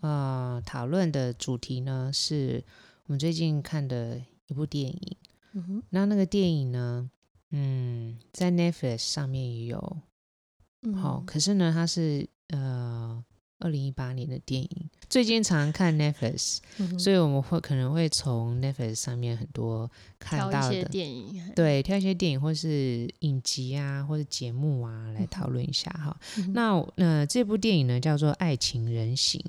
呃讨论的主题呢，是我们最近看的一部电影。嗯哼，那那个电影呢，嗯，在 Netflix 上面也有。嗯好、可是呢，它是呃二零一八年的电影。最近常看 Netflix，、嗯，所以我们会可能会从 Netflix 上面很多看挑一到些的电影，对，挑一些电影或是影集啊，或者节目啊来讨论一下哈。嗯哼那呃，这部电影呢叫做《爱情人形》。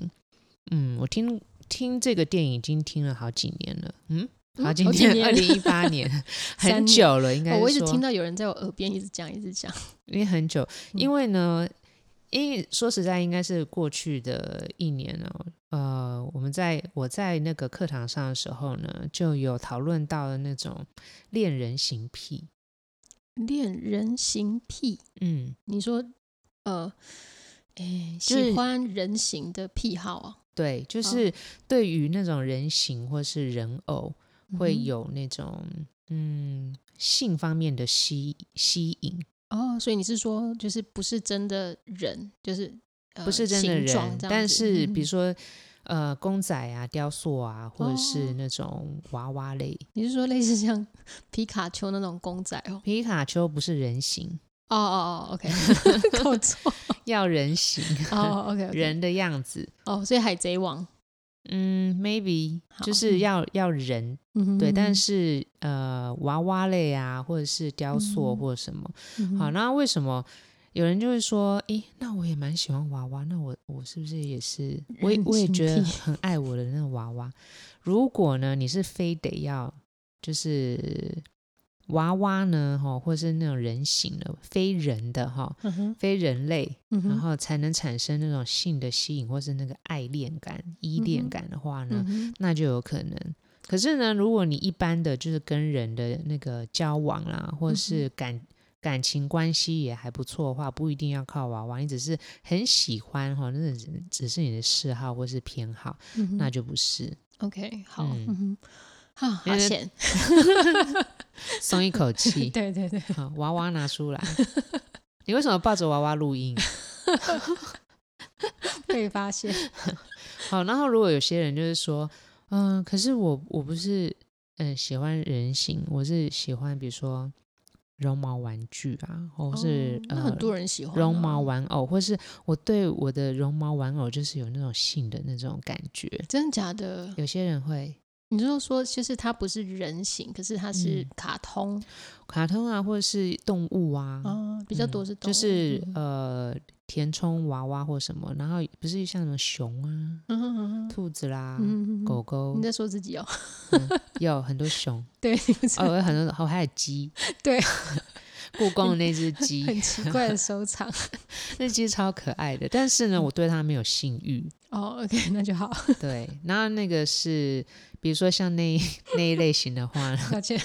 嗯，我听听这个电影已经听了好几年了，嗯，好嗯几好几年，年二零一八年，三很年久了，应该哦我一是直说听到有人在我耳边一直讲，一直讲。因为很久，嗯因为呢，因为说实在，应该是过去的一年哦。呃，我们在我在那个课堂上的时候呢，就有讨论到了那种恋人型癖，恋人形癖，嗯，你说，呃，哎，就是喜欢人形的癖好啊，对，就是对于那种人形或是人偶，会嗯有那种嗯性方面的吸吸引，哦，所以你是说，就是不是真的人，就是、呃、不是真的形状人，这样但子是比如嗯说。呃，公仔啊，雕塑啊，或者哦是那种娃娃类，你是说类似像 皮卡丘那种公仔哦？皮卡丘不是人形，哦哦哦，OK，搞 错，要人形，哦，OK，, o k 人的样子。哦，所以海贼王，嗯，maybe 好就是要要人嗯哼对，但哼是呃，娃娃类啊，或者是雕塑嗯或者什么。嗯哼好，那为什么有人就会说，诶，那我也蛮喜欢娃娃，那我我是不是也是，我也人我也形觉得癖很爱我的那种娃娃？如果呢，你是非得要就是娃娃呢，哈，或是那种人形的、非人的哈、嗯哼，非人类，嗯哼，然后才能产生那种性的吸引或是那个爱恋感、依恋感的话呢，嗯哼，那就有可能。可是呢，如果你一般的就是跟人的那个交往啦，嗯或是感、感情关系也还不错的话，不一定要靠娃娃，你只是很喜欢哈，那只只是你的嗜好或是偏好，嗯哼那就不是 OK，好，嗯嗯哼，啊，好因为 险， 松一口气。对对对，好，娃娃拿出来。 你为什么抱着娃娃录音？被发现，好，然后如果有些人就是说，嗯、可是我我不是嗯、呃喜欢人形，我是喜欢比如说绒毛玩具啊，或是、哦那呃很多人喜欢绒啊毛，玩偶，或是我对我的绒毛玩偶就是有那种性的那种感觉。真的假的？有些人会你就说，就是它不是人形，可是它是嗯卡通卡通啊，或者是动物啊，啊，比较嗯多是动就物是嗯呃填充娃娃或什么，然后不是像什么熊啊、嗯哼嗯哼兔子啦、嗯哼，嗯狗哼狗你，在说自己哦？ 有很多熊。对，你不是哦，有很多，哦，还有鸡， 对，故宫的那只很 鸡，奇怪的收藏 那鸡超可爱的，但是呢，我对它没有性欲。哦。OK，那 就好，对，然后那个是，比如说像那一 那一类型的话，抱 歉。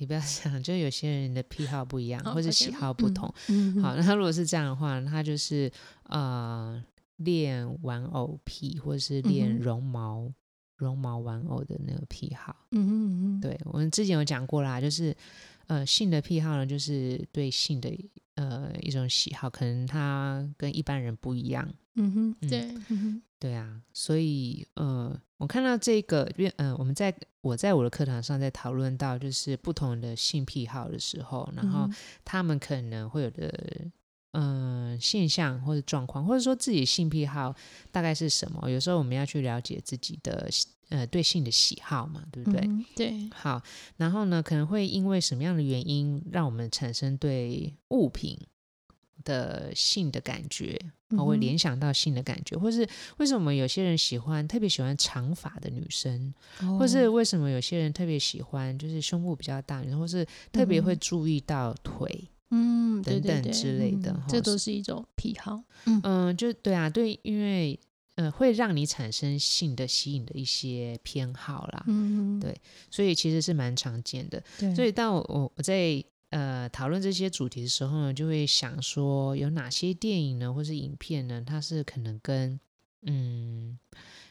你不要想，就有些人的癖好不一样，好或者抱喜歉好不嗯同。嗯，好，那如果是这样的话，那他就是呃练玩偶癖，或是练嗯哼绒毛、绒毛玩偶的那个癖好。嗯哼嗯哼，对我们之前有讲过啦，就是呃性的癖好呢，就是对性的呃一种喜好，可能他跟一般人不一样，嗯嗯哼，对，嗯对啊，所以呃我看到这个，因为呃我们在我在我的课堂上在讨论到就是不同的性癖好的时候，哼然后嗯哼他们可能会有的。嗯、现象或者状况，或者说自己性癖好大概是什么？有时候我们要去了解自己的呃对性的喜好嘛，对不对？嗯哼对，好，然后呢，可能会因为什么样的原因，让我们产生对物品的性的感觉，嗯哦，会哼联想到性的感觉，或是为什么有些人喜欢特别喜欢长发的女生，或哦是为什么有些人特别喜欢就是胸部比较大的女生，或是特别会嗯注意到腿，嗯对等对等对之类的嗯哈这都是一种癖好。啊嗯，就对啊，对，因为呃，会让你产生性的吸引的一些偏好啦，嗯，对所以其实是蛮常见的。对，所以当我我我在呃讨论这些主题的时候呢，就会想说有哪些电影呢，或是影片呢，它是可能跟嗯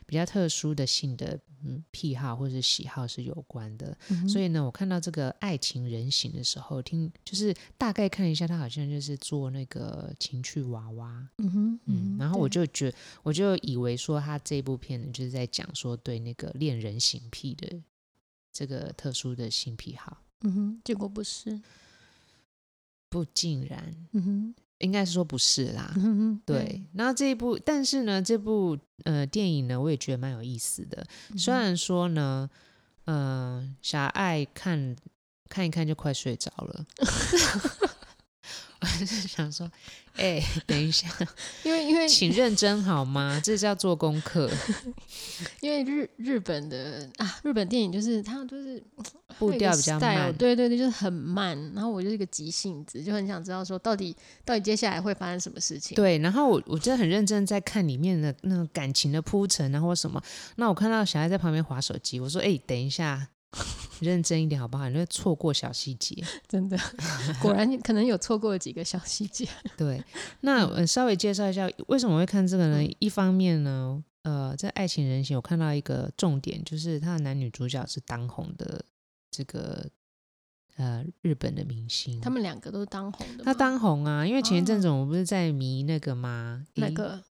比较特殊的性的嗯癖好或是喜好是有关的。嗯所以呢，我看到这个《爱情人形》的时候，听就是大概看一下，他好像就是做那个情趣娃娃，嗯哼，嗯，然后我对就觉我就以为说他这部片呢就是在讲说对那个恋人形癖的这个特殊的性癖好，嗯哼，结果不是，不尽然，嗯哼，应该是说不是啦，嗯哼，啊对，然后这一部，但是呢，这部呃电影呢，我也觉得蛮有意思的。嗯虽然说呢，嗯，小爱看看一看就快睡着了，我还是想说，哎、等一下， 因为因为请认真好吗？这叫做功课，因为日日本的啊，日本电影就是它就是它有步一个调比较 style，慢。对对对，就是很慢。然后我就是一个急性子，就很想知道说到底到底接下来会发生什么事情。，对，然后我我真的很认真在看里面的那个感情的铺陈啊，或什么。那我看到小爱在旁边划手机，我说：“哎、等一下，认真一点好不好？你会错过小细节。”真的， 果然你可能有错过了几个小细 节。 对，那嗯呃稍微介绍一下为什么我会看这个呢？一方面呢，呃，在《爱情人形》我看到一个重点，就是他的男女主角是当红的这个呃日本的明星，他们两个都是当红的吗，他当红啊，因为前一阵哦子我们不是在迷那个吗？那诶个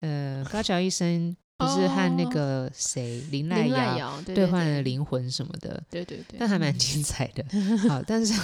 呃高桥医生不是和那哦个谁林濑林濑遥瑶对兑对换了对灵魂什么的，对对嗯对，但还蛮精彩 的。好，但是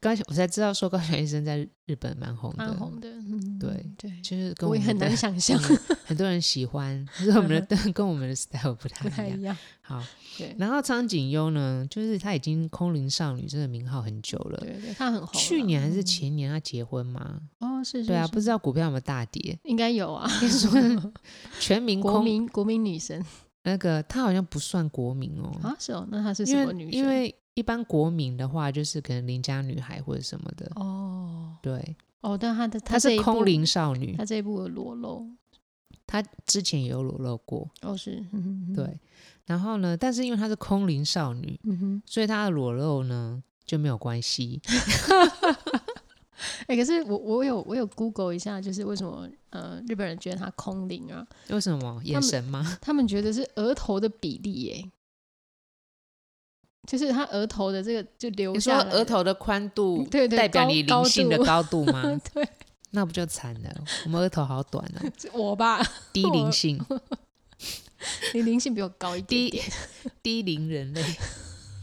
高桥我才知道说高桥医生在日本蛮红的，蛮红的。嗯，对对，就是跟我也们很的难想象，嗯很多人喜欢，就是我们的 但跟我们的 style 不不太太一一样。样。好，对然后苍井优呢，就是她已经空灵少女这个名号很久了。对对，他很红了。去年还是嗯前年她结婚嘛？哦，是是对啊，是不知道股票有没有大跌？应该有啊。听说全民国空民国民女神那个，她好像不算国民哦，啊，是哦，那她是什因么为女神？因为一般国民的话，就是可能邻家女孩或者什么的。哦对，哦，但她的她这是一部空灵少女，他这一部有裸露，她之前也有裸露过。哦是，嗯，对，然后呢，但是因为她是空灵少女，嗯哼，所以他的裸露呢就没有关系。 嗯 哎、可是我我有我有 Google 一下，就是为什么呃日本人觉得他空灵啊？为什么？眼们神吗？他们觉得是额头的比例耶、就是他额头的这个就留你说下来额的，头的宽度对对，代表高你灵性的高高度度 吗？对，那不就惨了？我们额头好短 哦，就我吧，低灵性，你灵性比我高一点低 点，低龄人类。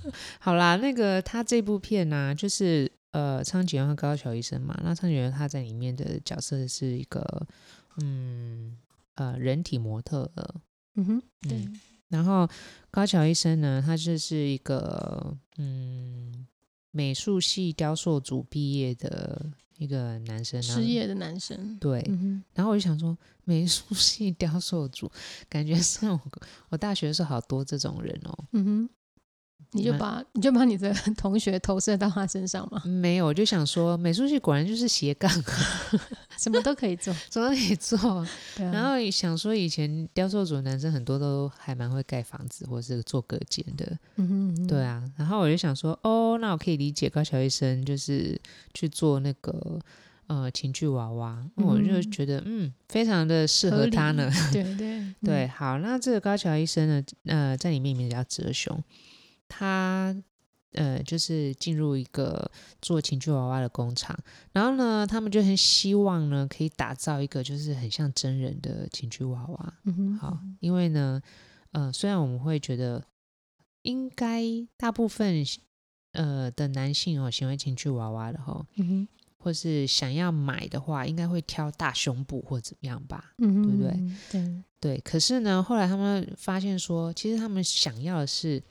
好啦，那个他这部片呢、就是呃苍井优和高桥医生嘛。那苍井优他在里面的角色是一个嗯呃人体模特儿，嗯哼，嗯对，然后高桥医生呢，他就是一个嗯美术系雕塑组毕业的一个男生，然后失业的男生，对。嗯然后我就想说，美术系雕塑组，感觉上我我大学的时候好多这种人哦哼，。嗯哼。你就那把你就把你的 同学投射到他身上嘛，没有，我就想说，美术系果然就是斜杠啊， 什么都可以做。什么都可以做啊。对啊， 然后想说，以前雕塑组的男生很多都还蛮会盖房子或是做隔间的，嗯哼，嗯哼对，啊，然后我就想说，哦，那我可以理解高桥医生就是去做那个呃情趣娃娃，那我就嗯觉得嗯，非常的适合合他理呢。 对对对，，好，那这个高桥医生呢，呃，在里面名字叫哲雄，他呃就是进入一个做情趣娃娃的工厂，然后呢，他们就很希望呢可以打造一个就是很像真人的情趣娃娃，嗯哼，好，因为呢，呃，虽然我们会觉得应该大部分呃的男性哦喜欢情趣娃娃的哦，嗯哼，或是想要买的话，应该会挑大胸部或怎么样吧？嗯哼，对不对嗯哼？对，对，可是呢，后来他们发现说，其实他们想要的是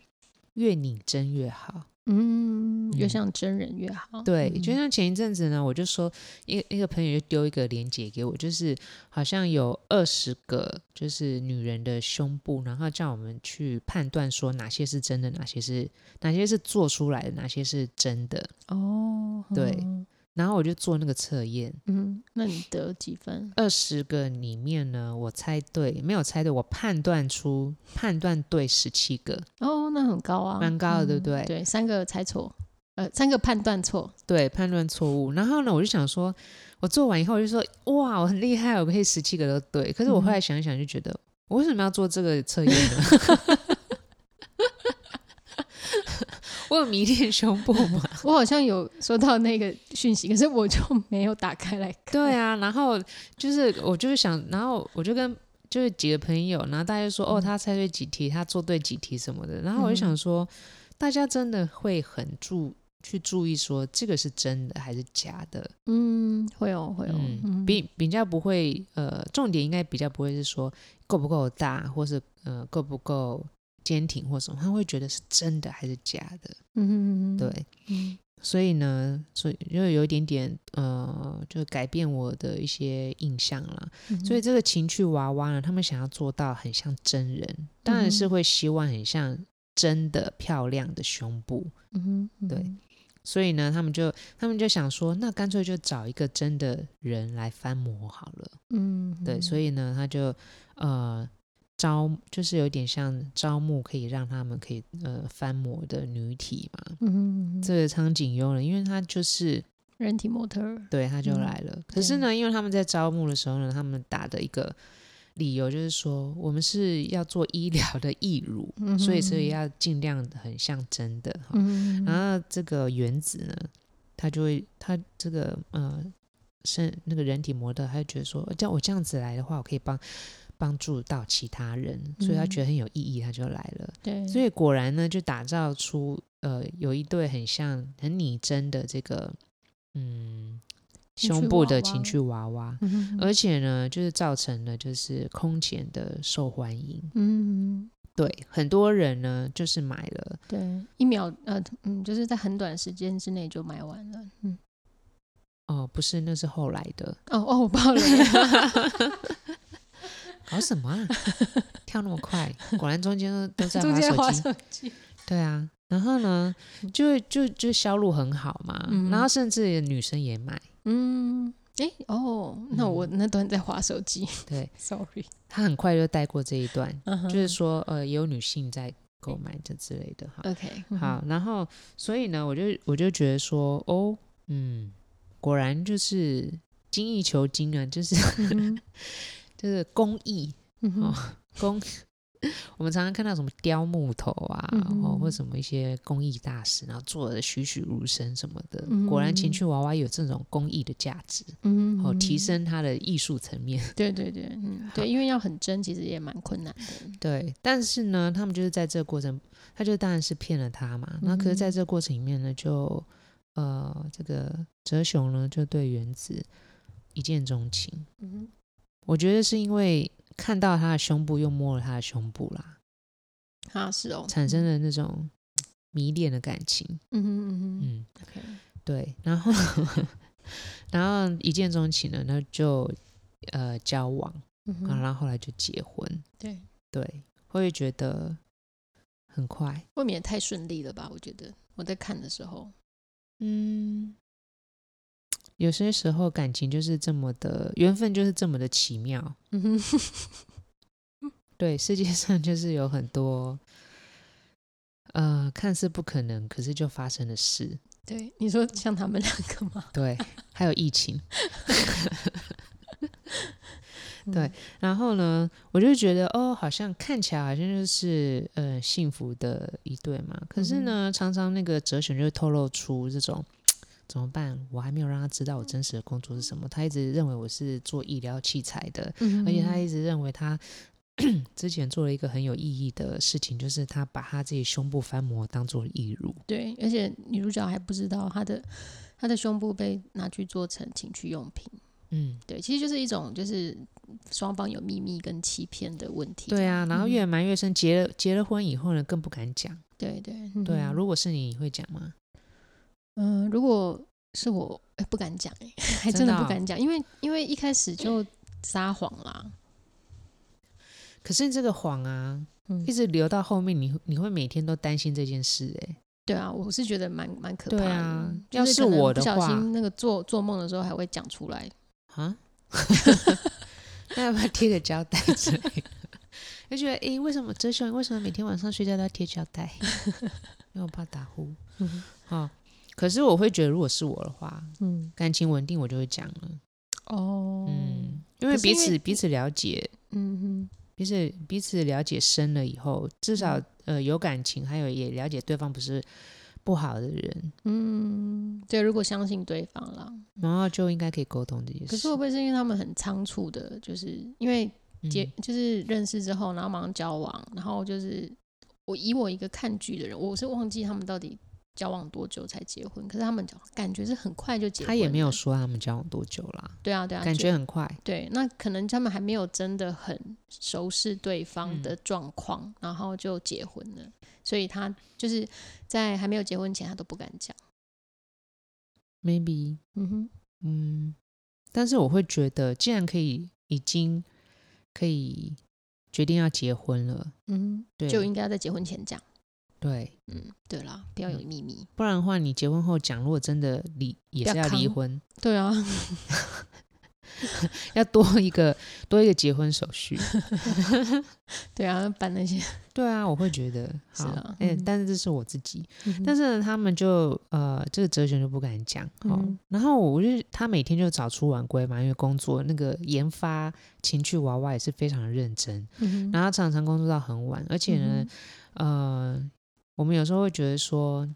越拟真越好。嗯，越嗯像真人越好。对，嗯就像前一阵子呢，我就说一个一个朋友就丢一个链接给我，就是好像有二十个就是女人的胸部，然后叫我们去判断说哪些是真的，哪些是哪些是做出来的，哪些是真的。哦，对嗯然后我就做那个测验，嗯，那你得几分？二十个里面呢，我猜对没有猜对，我判断出判断对十七个，哦，那很高啊，蛮高的对不对对，三个猜错，呃，三个判断错，对，判断错误。然后呢，我就想说，我做完以后我就说，哇，我很厉害，我可以十七个都对。可是我后来想一想，就觉得、我为什么要做这个测验呢？ 我有迷恋胸部吗？我好像有收到那个讯息，可是我就没有打开来看。 对啊，然后就是我就是想，然后我就跟就是几个朋友，然后大家就说哦，他猜对几题，他做对几题什么的，然后我就想说，大家真的会很注去注意说这个是真的还是假的，嗯，会哦，会哦，嗯，比比较不会呃，重点应该比较不会是说够不够大，或是呃够不够坚挺或什么，他会觉得是真的还是假的，嗯，嗯嗯嗯对，嗯所以呢，所以就有一点点呃，就改变我的一些印象啦。嗯所以这个情趣娃娃呢，他们想要做到很像真人，当然是嗯会希望很像真的漂亮的胸部。嗯哼，对所以呢，他们就他们就想说，那干脆就找一个真的人来翻模好了。嗯，嗯，对，所以以呢，他就呃招，就是有点像招募可以让他们可以呃翻模的女体嘛。嗯哼嗯哼，这个苍井优呢，因为他就是人体模特儿，对，他就嗯来了。可是呢，因为他们在招募的时候呢，他们打的一个理由就是说，我们是要做医疗的义乳，嗯所以所以哼，要尽量很像真的哈。嗯，然后这个原子呢，他就会他这个呃身那个人体模特，他就觉得说，哦这样我这样子来的话，我可以帮帮助到其他人，所以他嗯觉得很有意义，他就来了。对，所以果然呢，就打造出呃有一对很像很拟真的这个嗯情趣胸部娃的娃情趣娃娃，嗯哼，而且呢，就是造成了就是空前的受欢迎。嗯，对，很多人呢就是买了，对，一秒，呃，嗯，就是在很短时间之内就买完了，嗯，哦、不是，那是后来的，哦哦，我爆了， 搞什么啊？跳那么 快，果然中间都都在中间滑滑手手机。机，对啊，然后呢，就就就销路很好嘛，嗯然后甚至女生也买。嗯，哎，哦，那我那段在滑手机对 ，sorry，他很快就带过这一段，就就是说呃，也有女性在购买这之类的哈。 OK，好，然后所以呢，我就我就觉得说，哦，嗯，果然就是精益求精啊，就是 嗯哼，就是工艺嗯哼哦，工。 我们常常看到什么雕木头啊，嗯哦，或哼什么一些工艺大师，然后做的栩栩如生什么的。果然，嗯情趣娃娃有这种工艺的价值，嗯哦，提，升它的艺术层面。对对对，嗯，对，因为要很真，其实也蛮困难的， 对，但是呢，他们就是在这个过程，他就当然是骗了他嘛。那、可是嗯在这个过程里面呢，就呃，这个哲雄呢就对原子一见钟情。嗯我觉得是因为看到他的胸部，又摸了他的胸部啦，哼，啊，是哦，产生了那种迷恋的感情。嗯哼，嗯哼嗯， ，OK，对。 然后然后一见钟情呢，那就呃交往，嗯哼，然后后来就结婚。对，对，会觉得很快。未免也太顺利了吧？我觉得我在看的时候，嗯，有些时候感情就是这么的，缘分就是这么的奇妙。嗯哼， 对，世界上就是有很多，呃，看似不可能，可是就发生的事。对，你说像他们两个吗？对，还有疫情。对嗯，然后呢，我就觉得哦，好像看起来好像就是呃幸福的一对嘛。可嗯是呢，常常那个哲选就透露出这种怎么办？我还没有让他知道我真实的工作是什么。他一直认为我是做医疗器材的，嗯而且他一直认为他 之前做了一个很有意义的事情，就是他把他自己胸部翻模当做义乳。对，而且女主角还不知道她的她的胸部被拿去做成情趣用品，嗯，对，其实就是一种就是双方有秘密跟欺骗的问题。对啊。然后嗯越瞒越深，结了结了婚以后呢，更不敢讲。对对对啊，嗯如果是你，你会讲吗？嗯，如果是我，哎不敢讲，哎 还真真的的不哦敢讲，因为因为一开始就撒谎啦。可是这个谎啊，啊嗯嗯一直留到后面你，你会每天都担心这件事、欸，哎，对啊，我是觉得蛮蛮可怕对的。啊就要是是可能我不的小话心那个做做梦的时候还会讲出来。啊，那要不要贴个胶带之类的？ 就觉得诶，为什么哲雄为什么每天晚上睡觉都要贴胶 带？因为我怕打呼。哦，可是我会觉得，如果是我的话，嗯，感情稳定我就会讲了。哦，嗯，因为可是彼因为此彼此了解，嗯彼此彼此了解深了以后，至少呃有感情，还有也了解对方不是不好的人，哼嗯，对，如果相信对方啦，然后就应该可以沟通这件事。可是会不会是因为他们很仓促的，就是因为嗯结、就是认识之后，然后马上交往，然后就是我以我一个看剧的人，我是忘记他们到底交往多久才结婚，可是他们感觉是很快就结婚，他也没有，说他们交往多久啦，对啊对啊，感就觉很快。对，那可能他们还没有真的很熟识对嗯方的状况，然后就结婚了，所以他就是在还没有结婚前，他都不敢讲。 maybe 嗯哼，嗯，但是我会觉得，既然可以已经可以决定要结婚了，嗯对，就应该要在结婚前讲。对，嗯，对啦，不要有秘 密。不然的话，你结婚后讲，如果真的离也不是要要离扛婚，对啊，要多一个多一个结婚手续。 对啊，办那些。对啊，我会觉得是好，啊哎、嗯但是这是我自己。 但但是是呢，他们就呃，这个哲学就不敢讲。哦，嗯然后我就他每天就早出晚归嘛，因为工作那个研发情趣娃娃也是非常认真，嗯然后常常工作到很晚，而且呢，呃，我们有时候会觉得说，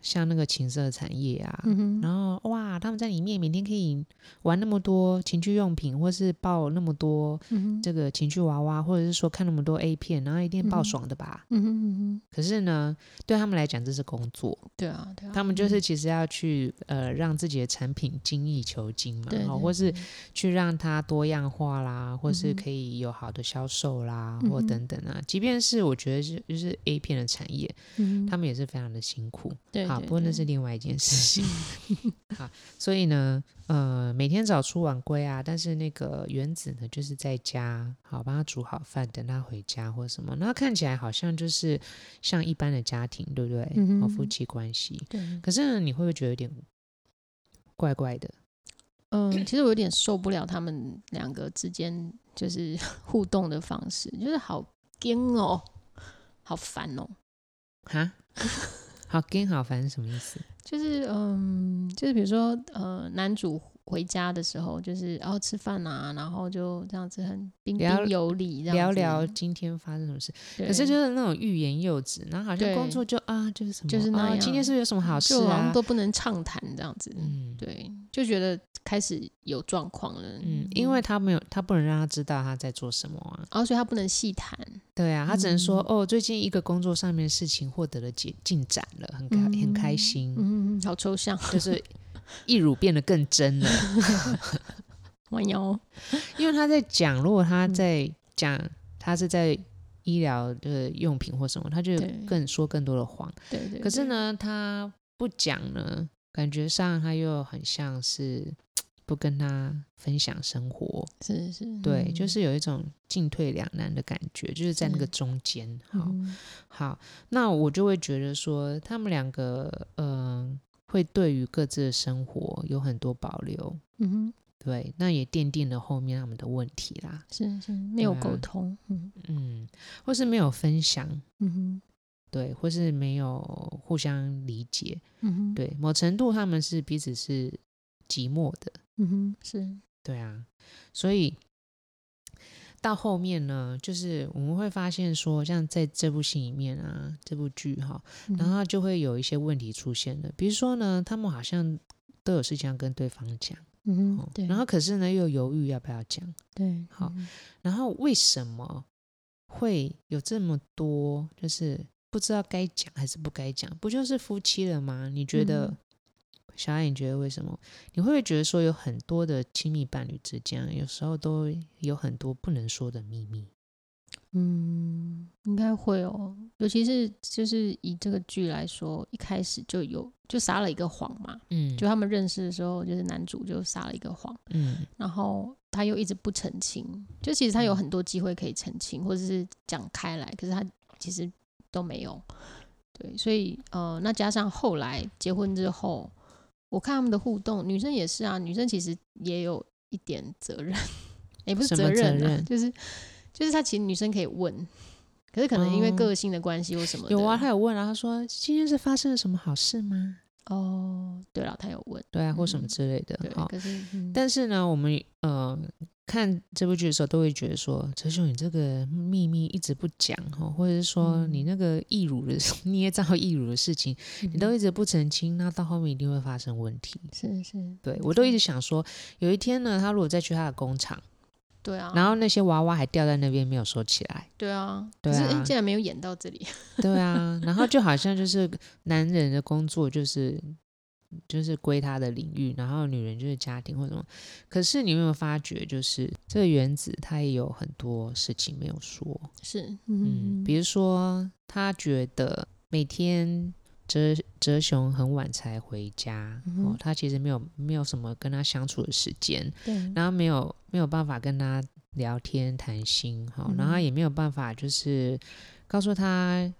像那个情色产业啊，嗯哼，然后哇，他们在里面每天可以玩那么多情趣用品，或是抱那么多嗯哼，这个情趣娃娃，或者是说看那么多 A 片，然后一定嗯爆哼爽的吧？嗯哼嗯可是呢，对他们来讲这是工作，哼，对啊，对啊，他们就是其实要去呃让自己的产品精益求精嘛，对哦对或是去让它多样化啦，或是嗯哼可以有好的销售啦，嗯或哼等等啊。即便是我觉得是就是 A 片的产业，嗯他们也是非常的辛苦。对，好，对不过那对嗯是另外一件事情。好，所以呢，呃，每天早出晚归啊，但是那个原子呢，就是在家，好帮他煮好饭，等他回家或什么。那看起来好像就是像一般的家庭，对不对？嗯好哼夫妻关系。对，可是呢，你会不会觉得有点怪怪的？嗯，其实我有点受不了他们两个之间就是 互动的方式，就是好颠哦，好烦哦。哈， 好跟好烦是什么意思？就是嗯，就是比如说呃，男主回家的时候，就是哦吃饭啊，然后就这样子很彬聊彬有礼，这样聊子聊，今天发生什么事？对可是就是那种欲言又止，然后好像对工作就啊，就是什么，就是那啊，今天样是不是有什么好事就好啊像？都不能畅谈这样子，嗯，对，就觉得开始有状况了，嗯，因为他没有，他不能让他知道他在做什么啊。然后嗯哦所以他不能细谈，对啊，他嗯只能说、哦，最近一个工作上面的事情获得了进进展了，很开、很开心，嗯，好抽象，就是一乳变得更真了。弯腰，因为他在讲，如果他在嗯讲，他是在医疗的用品或什么，他就对更说更多的谎。对对可是，呢，他不讲呢，感觉上他又很像是不跟他分享生活。对是是，对，嗯就是有一种进退两难的感觉，就是在那个对中间。好、嗯好，那我就会觉得说，他们两个，嗯、会对于各自的生活有很多保留。嗯哼，对，那也奠定了后面他们的问题啦。是是没有对啊沟通，嗯嗯，或是没有分享，嗯哼，对，或是没有互相理解，嗯哼，，对，某程度他们是彼此是寂寞的。嗯哼，是，对啊，所以到后面呢，就是我们会发现说，像在这部戏里面啊，这部剧哈，嗯然后就会有一些问题出现了。比如说呢，他们好像都有事情要跟对方讲，嗯哦哼，对，然后可是呢又犹豫要不要讲，对，好嗯然后为什么会有这么多就是不知道该讲还是不该讲？不就是夫妻了吗？你觉得？嗯小爱，你觉得为什么？你会不会觉得说有很多的亲密伴侣之间，有时候都有很多不能说的秘密？嗯，应该会哦，尤其是就是以这个剧来说，一开始就有就撒了一个谎嘛，嗯，就他们认识的时候，就是男主就撒了一个谎，嗯然后他又一直不澄清，就其实他有很多机会可以澄清，或者是讲开来，可是他其实都没有。对，所以呃，那加上后来结婚之后，我看他们的互动，女生也是啊，女生其实也有一点责任，也不是什责么责任啊，任就是就是她其实女生可以问，可是可能因为哦个性的关系或什么的，有啊，他有问啊，他说今天是发生了什么好事吗？哦，对了，她有问，对啊，或什么嗯之类的。对，哦，可是、嗯、但是呢，我们呃看这部剧的时候，都会觉得说，哲雄，你这个秘密一直不讲哦，或者是说嗯你那个义乳的 捏造义乳的事情，你嗯都一直不澄清，那到后面一定会发生问题。是是，对我都一直想说，有一天呢，他如果再去他的工厂，对啊，然后那些娃娃还掉在那边没有收起来，对啊，对可是哎、啊竟然没有演到这里，对啊，然后就好像就是男人的工作就是就是归他的领域，然后女人就是家庭或什么。可是你有没有发觉，就是这个原子他也有很多事情没有说，是，嗯，嗯，比如说他觉得每天哲哲雄很晚才回家，嗯哦哼，他其实没有没有什么跟他相处的时间，对，然后没有没有办法跟他聊天谈心，哈、然后嗯也没有办法就是告诉他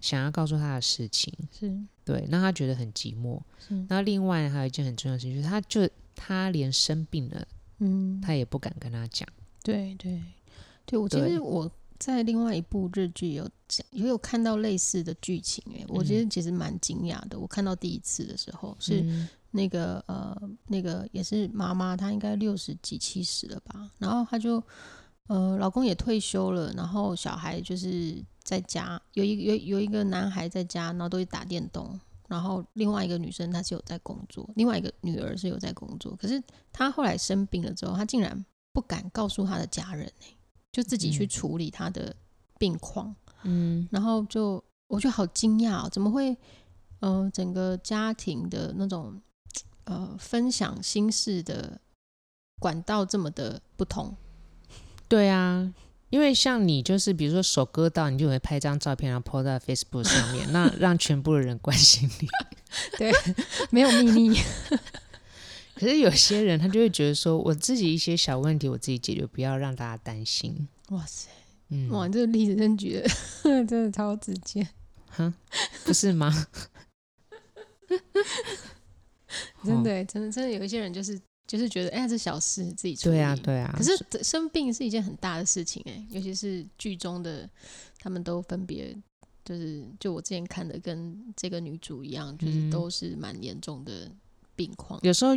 想要告诉他的事情，是对，让他觉得很寂寞。是，然后另外还有一件很重要的事情，就是他就他连生病了，嗯，他也不敢跟他讲。对对对，我其对实我在另外一部日剧有讲，也有看到类似的剧情、欸，我觉得其实蛮惊讶的。我看到第一次的时候是嗯那个、呃，那个也是妈妈，她应该六十几、七十了吧，然后她就呃，老公也退休了，然后小孩就是在家，有一有有一个男孩在家，然后都会打电动。然后另外一个女生她是有在工作，另外一个女儿是有在工作，可是她后来生病了之后，她竟然不敢告诉她的家人、欸、就自己去嗯处理她的病况。嗯然后就我就好惊讶、哦，怎么会？呃，整个家庭的那种呃分享心事的管道这么的不同， 对啊。因为像你就是，比如说手割到，你就会拍张照片，然后 po 到 Facebook 上 面，那让全部的人关心你。没有秘密。可是有些人他就会觉得说，我自己一些小问题我自己解决，不要让大家担心。哇塞，嗯，哇，这个例子真举的 真的超直接，哈，不是吗？ 真的哦、欸、真的真的有一些人就是就是觉得哎、这小事自己处理。对啊，对啊。可是这生病是一件很大的事情哎、尤其是剧中的他们都分别就是就我之前看的跟这个女主一样，就是嗯都是蛮严重的病况。有时候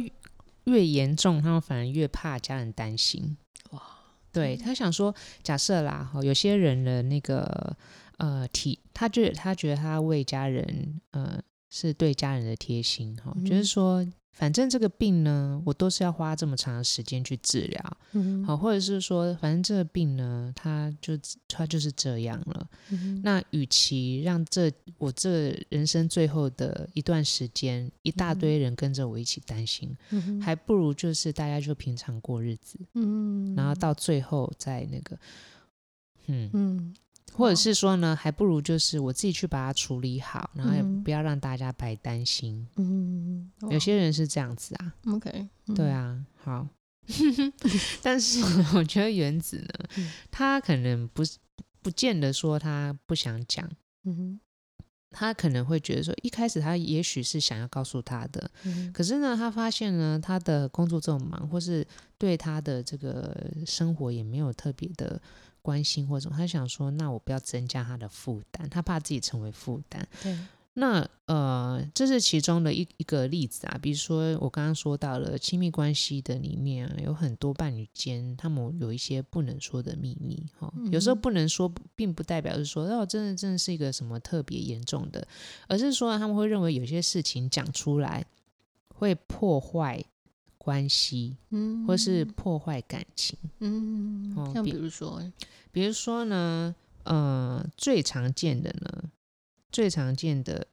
越严重，他们反而越怕家人担心。哇哇，对他想说，假设啦，哈，有些人的那个呃体，他觉得他觉得他为家人，呃，是对家人的贴心，哈、就是嗯说。反正这个病呢，我都是要花这么长的时间去治疗，哦嗯好，，或者是说，反正这个病呢，它就它就是这样了。那那与其让这我这人生最后的一段时间，一大嗯堆人跟着我一起担心，还不如就是大家就平常过日子，嗯然后到最后再那个，嗯，嗯或者是说呢，还不如就是我自己去把它处理好，然后也嗯不要让大家白担心。嗯，有些人是这样子啊，哇 OK，嗯对，啊，好。 但是我觉得原子呢，嗯他可能不是不见得说他不想讲。嗯他可能会觉得说，一开始他也许是想要告诉他的，哼嗯可是呢，他发现呢，他的工作这么忙，或是对他的这个生活也没有特别的关心或什么，他想说，那我不要增加他的负担，他怕自己成为负担。哼对，那呃，这是其中的一一个例子啊，比如说我刚刚说到了亲密关系的里面啊，有很多伴侣间他们有一些不能说的秘密哈、哦有时候嗯不能说，并不代表是说哦，真的真的是一个什么特别严重的，而是说他们会认为有些事情讲出来会破坏关系，嗯或是破坏感情。嗯哦，像比比如说，比如说呢，呃，最常见的呢，最常见的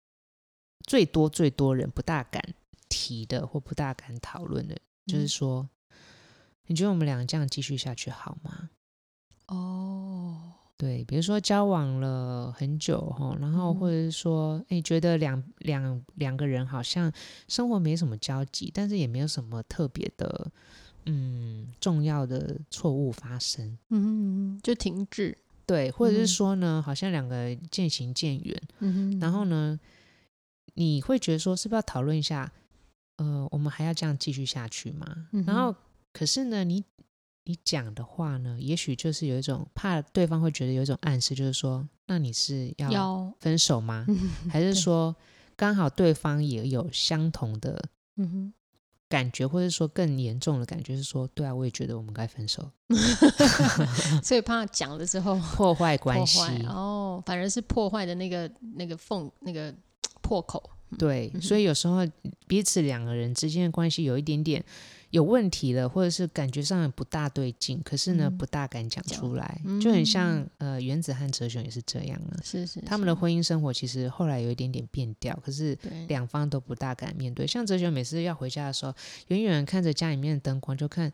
最多最多人不大敢提的或不大敢讨论的，就是嗯说，你觉得我们俩这样继续下去好吗？哦，对，比如说交往了很久哈，然后嗯或者是说，哎、觉得两两两个人好像生活没什么交集，但是也没有什么特别的，嗯，重要的错误发生。嗯，就停滞，对，或者是嗯说呢，好像两个渐行渐远，嗯哼，然后呢，你会觉得说，是不是要讨论一下？呃，我们还要这样继续下去吗？嗯然哼后，可是呢，你你讲的话呢，也许就是有一种怕对方会觉得有一种暗示，就是说，那你是要要，分手吗？还对是说，刚好对方也有相同的嗯哼，感觉，或者说更严重的感觉是说，对啊，我也觉得我们该分手， 所以怕讲了之后破坏破关系。坏，哦，反而是破坏的那个那个缝那个破口，对，嗯所以有时候彼此两个人之间的关系有一点点有问题了，或者是感觉上不大对劲，可是呢、嗯不大敢讲出来，讲嗯就很像呃原子和哲雄也是这样啊。是是，他们的婚姻生活其实后来有一点点变调，可是是对两方都不大敢面对。像哲雄每次要回家的时候，远远看着家里面的灯光，就看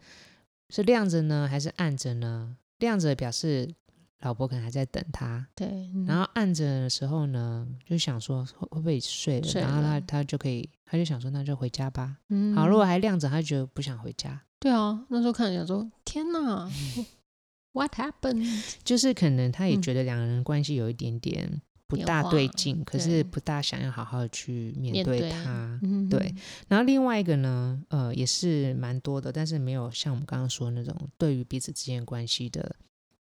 是亮着呢还是暗着呢？亮着表示老婆可能还在等他，对，嗯然后按着的时候呢，就想说会会不会睡了，睡然后他了他就可以，他就想说那就回家吧。嗯好，如果还亮着，他就觉得不想回家，对啊，那时候看了想说，天哪 ，What happened？就是可能他也嗯觉得两个人关系有一点点不变大化对劲，可是对不大想要好好的去面面对对他。嗯， 对然后另外一个呢，呃，也是蛮多的，但是没有像我们刚刚说那种对于彼此之间的关系的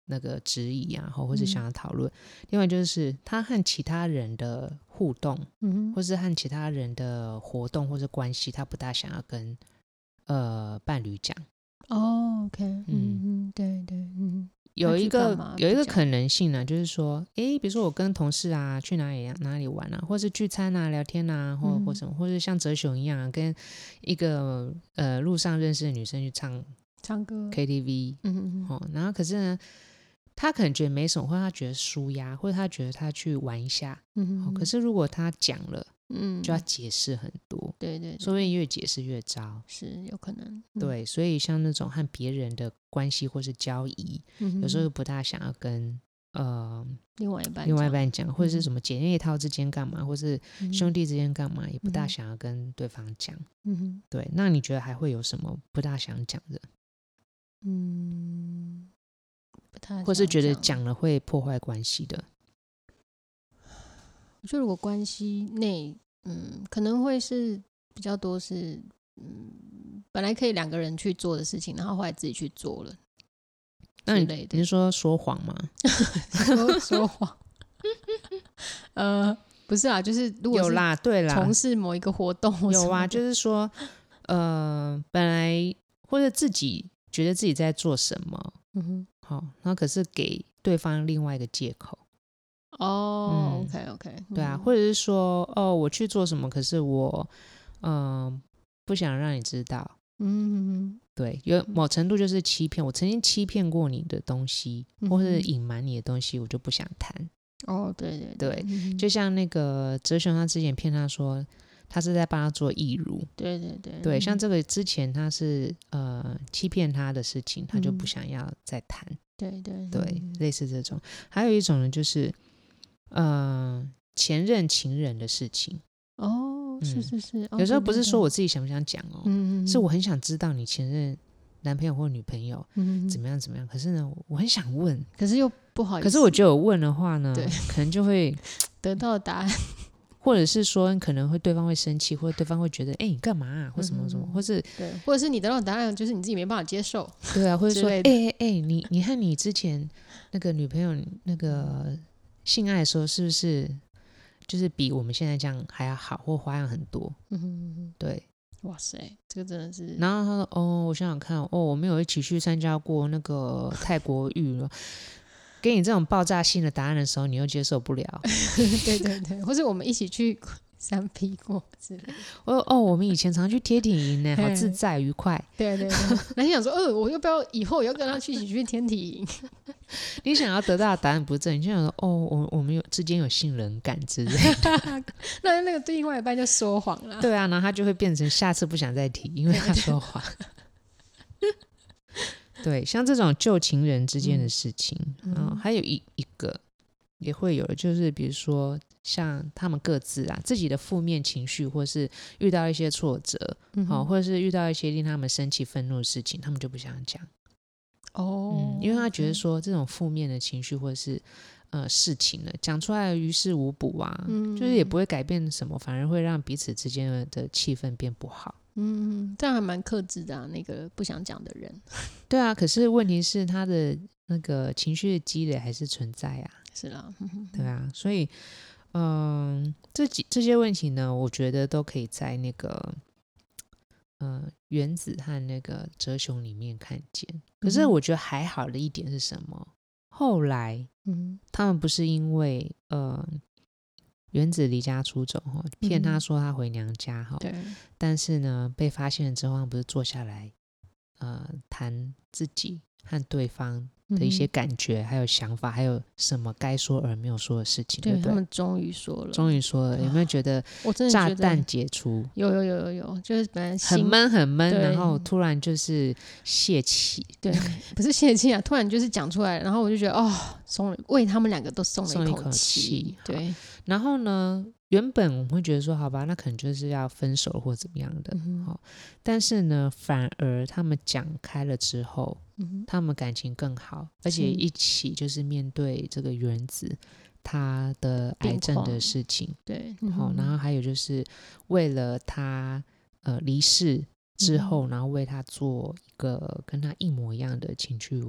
那个质疑啊，或或是嗯想要讨论。另外就是他和其他人的互动。嗯或哼，是和其他人的活动或是关系，他不大想要跟呃伴侣讲。哦，OK，嗯嗯，对对，嗯有那一去干个嘛有一不个讲可能性呢、就是说，诶，比如说我跟同事啊去哪里啊哪里玩啊，或是聚餐啊聊天啊，或或嗯什么，或是像哲雄一样、啊、跟一个呃路上认识的女生去唱唱歌， KTV 嗯嗯嗯，哦，然后可是呢，他可能觉得没什么，或者他觉得舒压，或者他觉得他去玩一下。嗯哦，可嗯是如果他讲了，嗯，就要解释很多，对对，对说不定越解释越糟。是有可能，嗯，对，所以像那种和别人的关系或是交易，有有时候不大想要跟呃嗯另外一半，另外一半讲，或者是嗯什么姐妹淘之间干嘛，或是嗯兄，弟之间干嘛，也不大嗯想要跟对方讲。嗯哼。对，那你觉得还会有什么不大想讲的，嗯，不太或是想觉得讲，讲了会破坏关系的？我觉得如果关系内，嗯，可能会是比较多是，嗯，本来可以两个人去做的事情，然后后来自己去做了，那之你类你的 是说说谎吗？说说谎， 呃，不是啊，就是如果有是啦，对啦从，事某一个活动或什有啊，么就的是说，呃，本来或者自己觉得自己在做什么，嗯哼，好，然后可是给对方另外一个借口。哦嗯，OK OK，对啊，或者是说，哦，我去做什么，可是我，嗯、不想让你知道。嗯，对，有某程度就是欺骗。我曾经欺骗过你的东西，或嗯是哼隐瞒你的东西，我就不想谈。哦，对对对嗯就像那个哲雄，他之前骗他说，他是在帮他做义乳。对对对对，像嗯这个之前他是呃欺骗他的事情，他就不嗯想要再谈。对对对，嗯类似这种。还有一种呢，就是呃前任情人的事情。哦，是嗯是是，哦有时候对不对是说对我自己想不想讲哦，嗯，是我很想知道你前任男朋友或女朋友嗯，怎么样怎么样。可是呢，我我很想问，可是又不好意思。可是我觉得我问的话呢对，可能就会，得到的答案， 或者是说可能会对方会生气，或者对方会觉得，哎、你干嘛、啊，或什么什么，嗯哼或是对，或者是你得到的答案就是你自己没办法接受，对啊，或者之说，类哎的哎哎，你你和你之前那个女朋友那个性爱的时候，是不是就是比我们现在这样还要好，或花样很多？嗯，对，哇塞，这个真的是，然后他说：“哦，我想想看，哦，我们有一起去参加过那个泰国浴了。”给你这种爆炸性的答案的时候，你又接受不了。 对对对，或者我们一起去三 P 过之类的，我说哦，我们以前常去贴体营呢，好自嗯在愉快。对对对，那你想说，呃，我要不要以后也要跟他去一起去天体 营？你想要得到的答案不是这样，你就想说哦，我我们有之间有信任感之类的。那那个对另外一半就说谎 了，对啊，然后他就会变成下次不想再提，因为他说谎。对，像这种旧情人之间的嗯事情，嗯然后还有一一个也会有，就是比如说像他们各自啊自己的负面情绪，或是遇到一些挫折，哦嗯好、哼或者是遇到一些令他们生气、愤怒的事情，他们就不想讲。哦嗯，，因为他觉得说这种负面的情绪或者是呃事情呢，讲出来于事无补啊，嗯就是也不会改变什么，反而会让彼此之间的的气氛变不好。嗯，这样还蛮克制的、啊。那个不想讲的人对啊，可是问题是他的那个情绪的积累还是存在啊，是啦，嗯哼对啊，所以嗯，这几这些问题呢，我觉得都可以在那个呃原子和那个哲雄里面看见。可是嗯我觉得还好的一点是什么？后来嗯他们不是因为呃原子离家出走哈，骗嗯他哼说他回娘家哈、对，但是呢被发现了之后，他们不是坐下来呃谈自己和对方的一些嗯感觉、还有想法，还有什么该说而没有说的事情，对对不他对？们终于说了，终于说了，有没有觉得我真的炸觉得弹解除？有有有有有，就是本来很心闷很闷，然对后突然就是泄气，对，不是泄气啊，突然就是讲出来，然后我就觉得哦，松了，为他们两个都松松了了一口口气气。对，然后呢，原本我们会觉得说，好吧，那可能就是要分手或怎么样的，嗯哼好、但是呢，反而他们讲开了之后，嗯他们感情更好，而且是一起就是面对这个原子他的癌病症的况事情，对，好、嗯然后还有就是为了他呃离世之嗯后，然后为他做一个跟他一模一样的情趣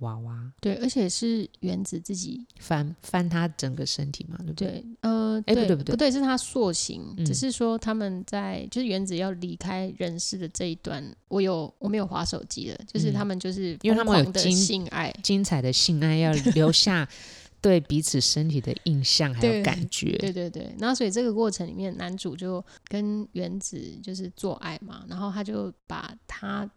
娃娃，对，而且是原子自己翻翻他整个身体嘛，对不对？对，呃，哎不对对不对不对，是他塑形，嗯只是说他们在就是原子要离开人世的这一段，我有我没有划手机了，就是嗯他们就是因为他们有疯狂经的性爱，精彩的性爱要 留下对彼此身体的印象还有对感觉，对对对，然后所以这个过程里面，男主就跟原子就是做爱嘛，然后他就把他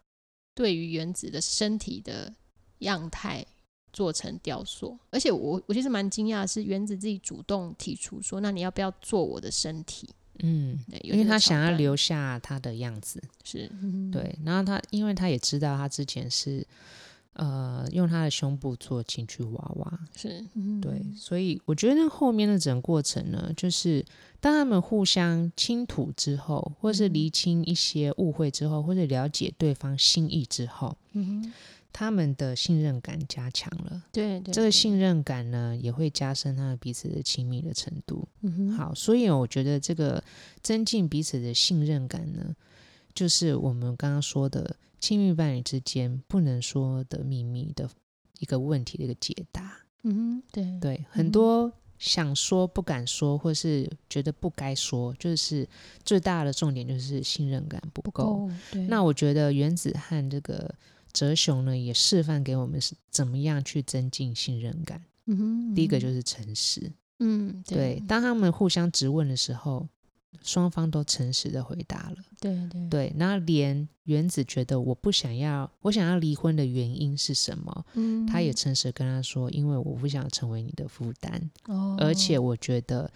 对于原子的身体的样态做成雕塑，而且我我其实蛮惊讶，的是原子自己主动提出说，那你要不要做我的身体？嗯，对，有因为这个他桥想要段留下他的样子，是，嗯，对。然后他，因为他也知道他之前是呃用他的胸部做情趣娃娃，是，对，嗯所以我觉得后面的整个过程呢，就是当他们互相倾吐之后，或是嗯厘清一些误会之后，或者了解对方心意之后，嗯哼，他们的信任感加强了。对对，这个对，信任感呢，也会加深他们彼此的亲密的程度。嗯哼，好，所以我觉得这个增进彼此的信任感呢，就是我们刚刚说的亲密伴侣之间不能说的秘密的一个问题的一个解答。嗯哼，对，对，很嗯多想说不敢说，或是觉得不该说，就是最大的重点就是信任感不不够。够，哦对，那我觉得原子和这个哲雄呢，也示范给我们是怎么样去增进信任感。嗯哼，第一个嗯就哼，是诚实，嗯，对，对当他们互相质问的时候，双方都诚实的回答了。对对，对，然后连原子觉得我不想要，我想要离婚的原因是什么？嗯，他也诚实地跟他说，因为我不想成为你的负担。哦，而且我觉得，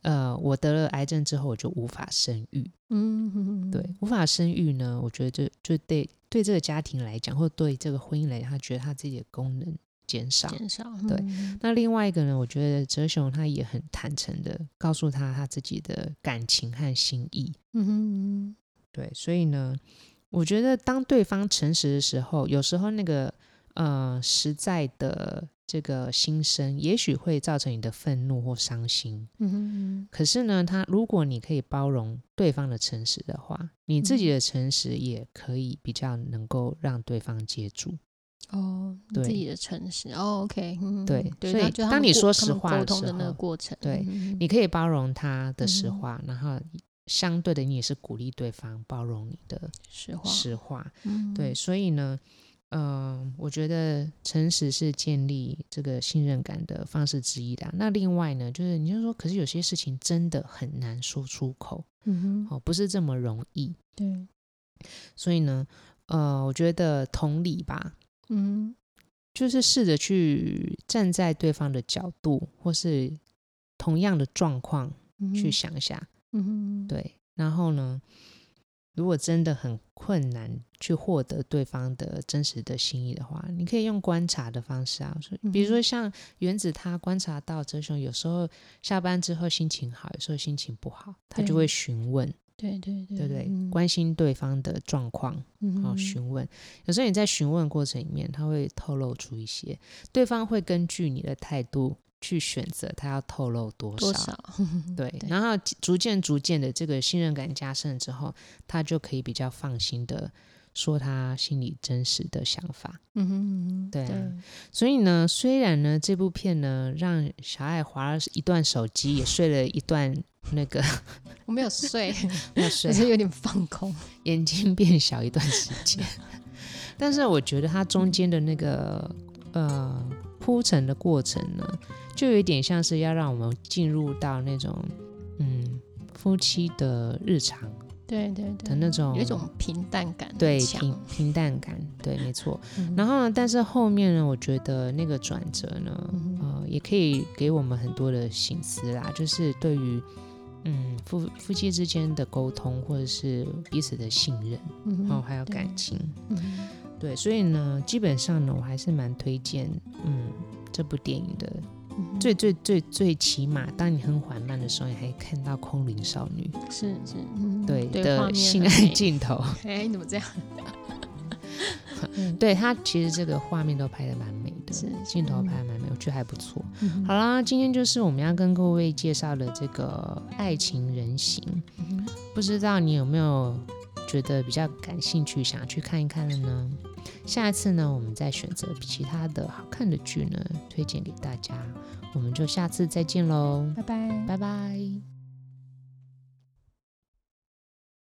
呃，我得了癌症之后，我就无法生育。嗯，嗯嗯，嗯对，无法生育呢，我觉得就就对对这个家庭来讲，或对这个婚姻来讲，他觉得他自己的功能减少。减少，对嗯那另外一个呢，我觉得哲雄他也很坦诚的告诉他他自己的感情和心意。嗯哼对，所以呢，我觉得当对方诚实的时候，有时候那个呃实在的这个心声，也许会造成你的愤怒或伤心。嗯哼，可是呢，他如果你可以包容对方的诚实的话，你自己的诚实也可以比较能够让对方接住。嗯哼哦，你对自己的诚实，哦，OK，嗯，对嗯对，所以那就他当们你过说他实们话的沟通时的那个候过程，对嗯，你可以包容他的实嗯哼话，然后相对的你也是鼓励对方包容你的实话，实话。嗯，对，所以呢，嗯、我觉得诚实是建立这个信任感的方式之一啦。那另外呢，就是你就说，可是有些事情真的很难说出口，嗯哼，哦，不是这么容易。对，嗯所以呢，呃，我觉得同理吧，嗯，就是试着去站在对方的角度，或是同样的状况嗯去哼，想一下，嗯哼，对。然后呢，如果真的很困难去获得对方的真实的心意的话，你可以用观察的方式啊，所以比嗯如说像原子，他观察到哲雄有时候下班之后心情好，有时候心情不好，他就对会询问，对对对对不对？嗯关心对方的状况，嗯然后哼询问。有时候你在询问过程里面，他会透露出一些，对方会根据你的态度去选择他要透露多多少？对，对然后逐渐逐渐的这个信任感加深了之后，他就可以比较放心的说他心里真实的想法。嗯哼嗯哼，对啊对所以呢，虽然呢这部片呢让小爱划了一段手机，也睡了一段那个我没有 睡，没有只 睡，是有点放 空。眼睛变小一段时间， 但是我觉得它中间的那个呃铺陈的过程呢，就有点像是要让我们进入到那种嗯夫妻的日常。对对对，的那种有一种平淡感很对强，平平淡感，对，没错。嗯然后呢，但是后面呢，我觉得那个转折呢，嗯哼呃，也可以给我们很多的醒思啦，就是对于嗯夫夫妻之间的沟通，或者是彼此的信任，嗯哼然后还有对感情，嗯哼对，所以呢，基本上呢，我还是蛮推荐嗯这部电影的。嗯哼最最最最起码，当你很缓慢的时候，你还看到空灵少女是是，嗯对画的面性很爱美镜头。哎，你怎么 这样？ 对他其实这个画面都拍的蛮美的是，镜头嗯拍的蛮美，我觉得还不错。好啦，今天就是我们要跟各位介绍的这个《爱情人形》，嗯不知道你有没有觉得比较感兴趣，想要去看一看的呢？下一次呢，我们再选择其他的好看的剧呢，推荐给大家。我们就下次再见喽，拜拜。拜拜。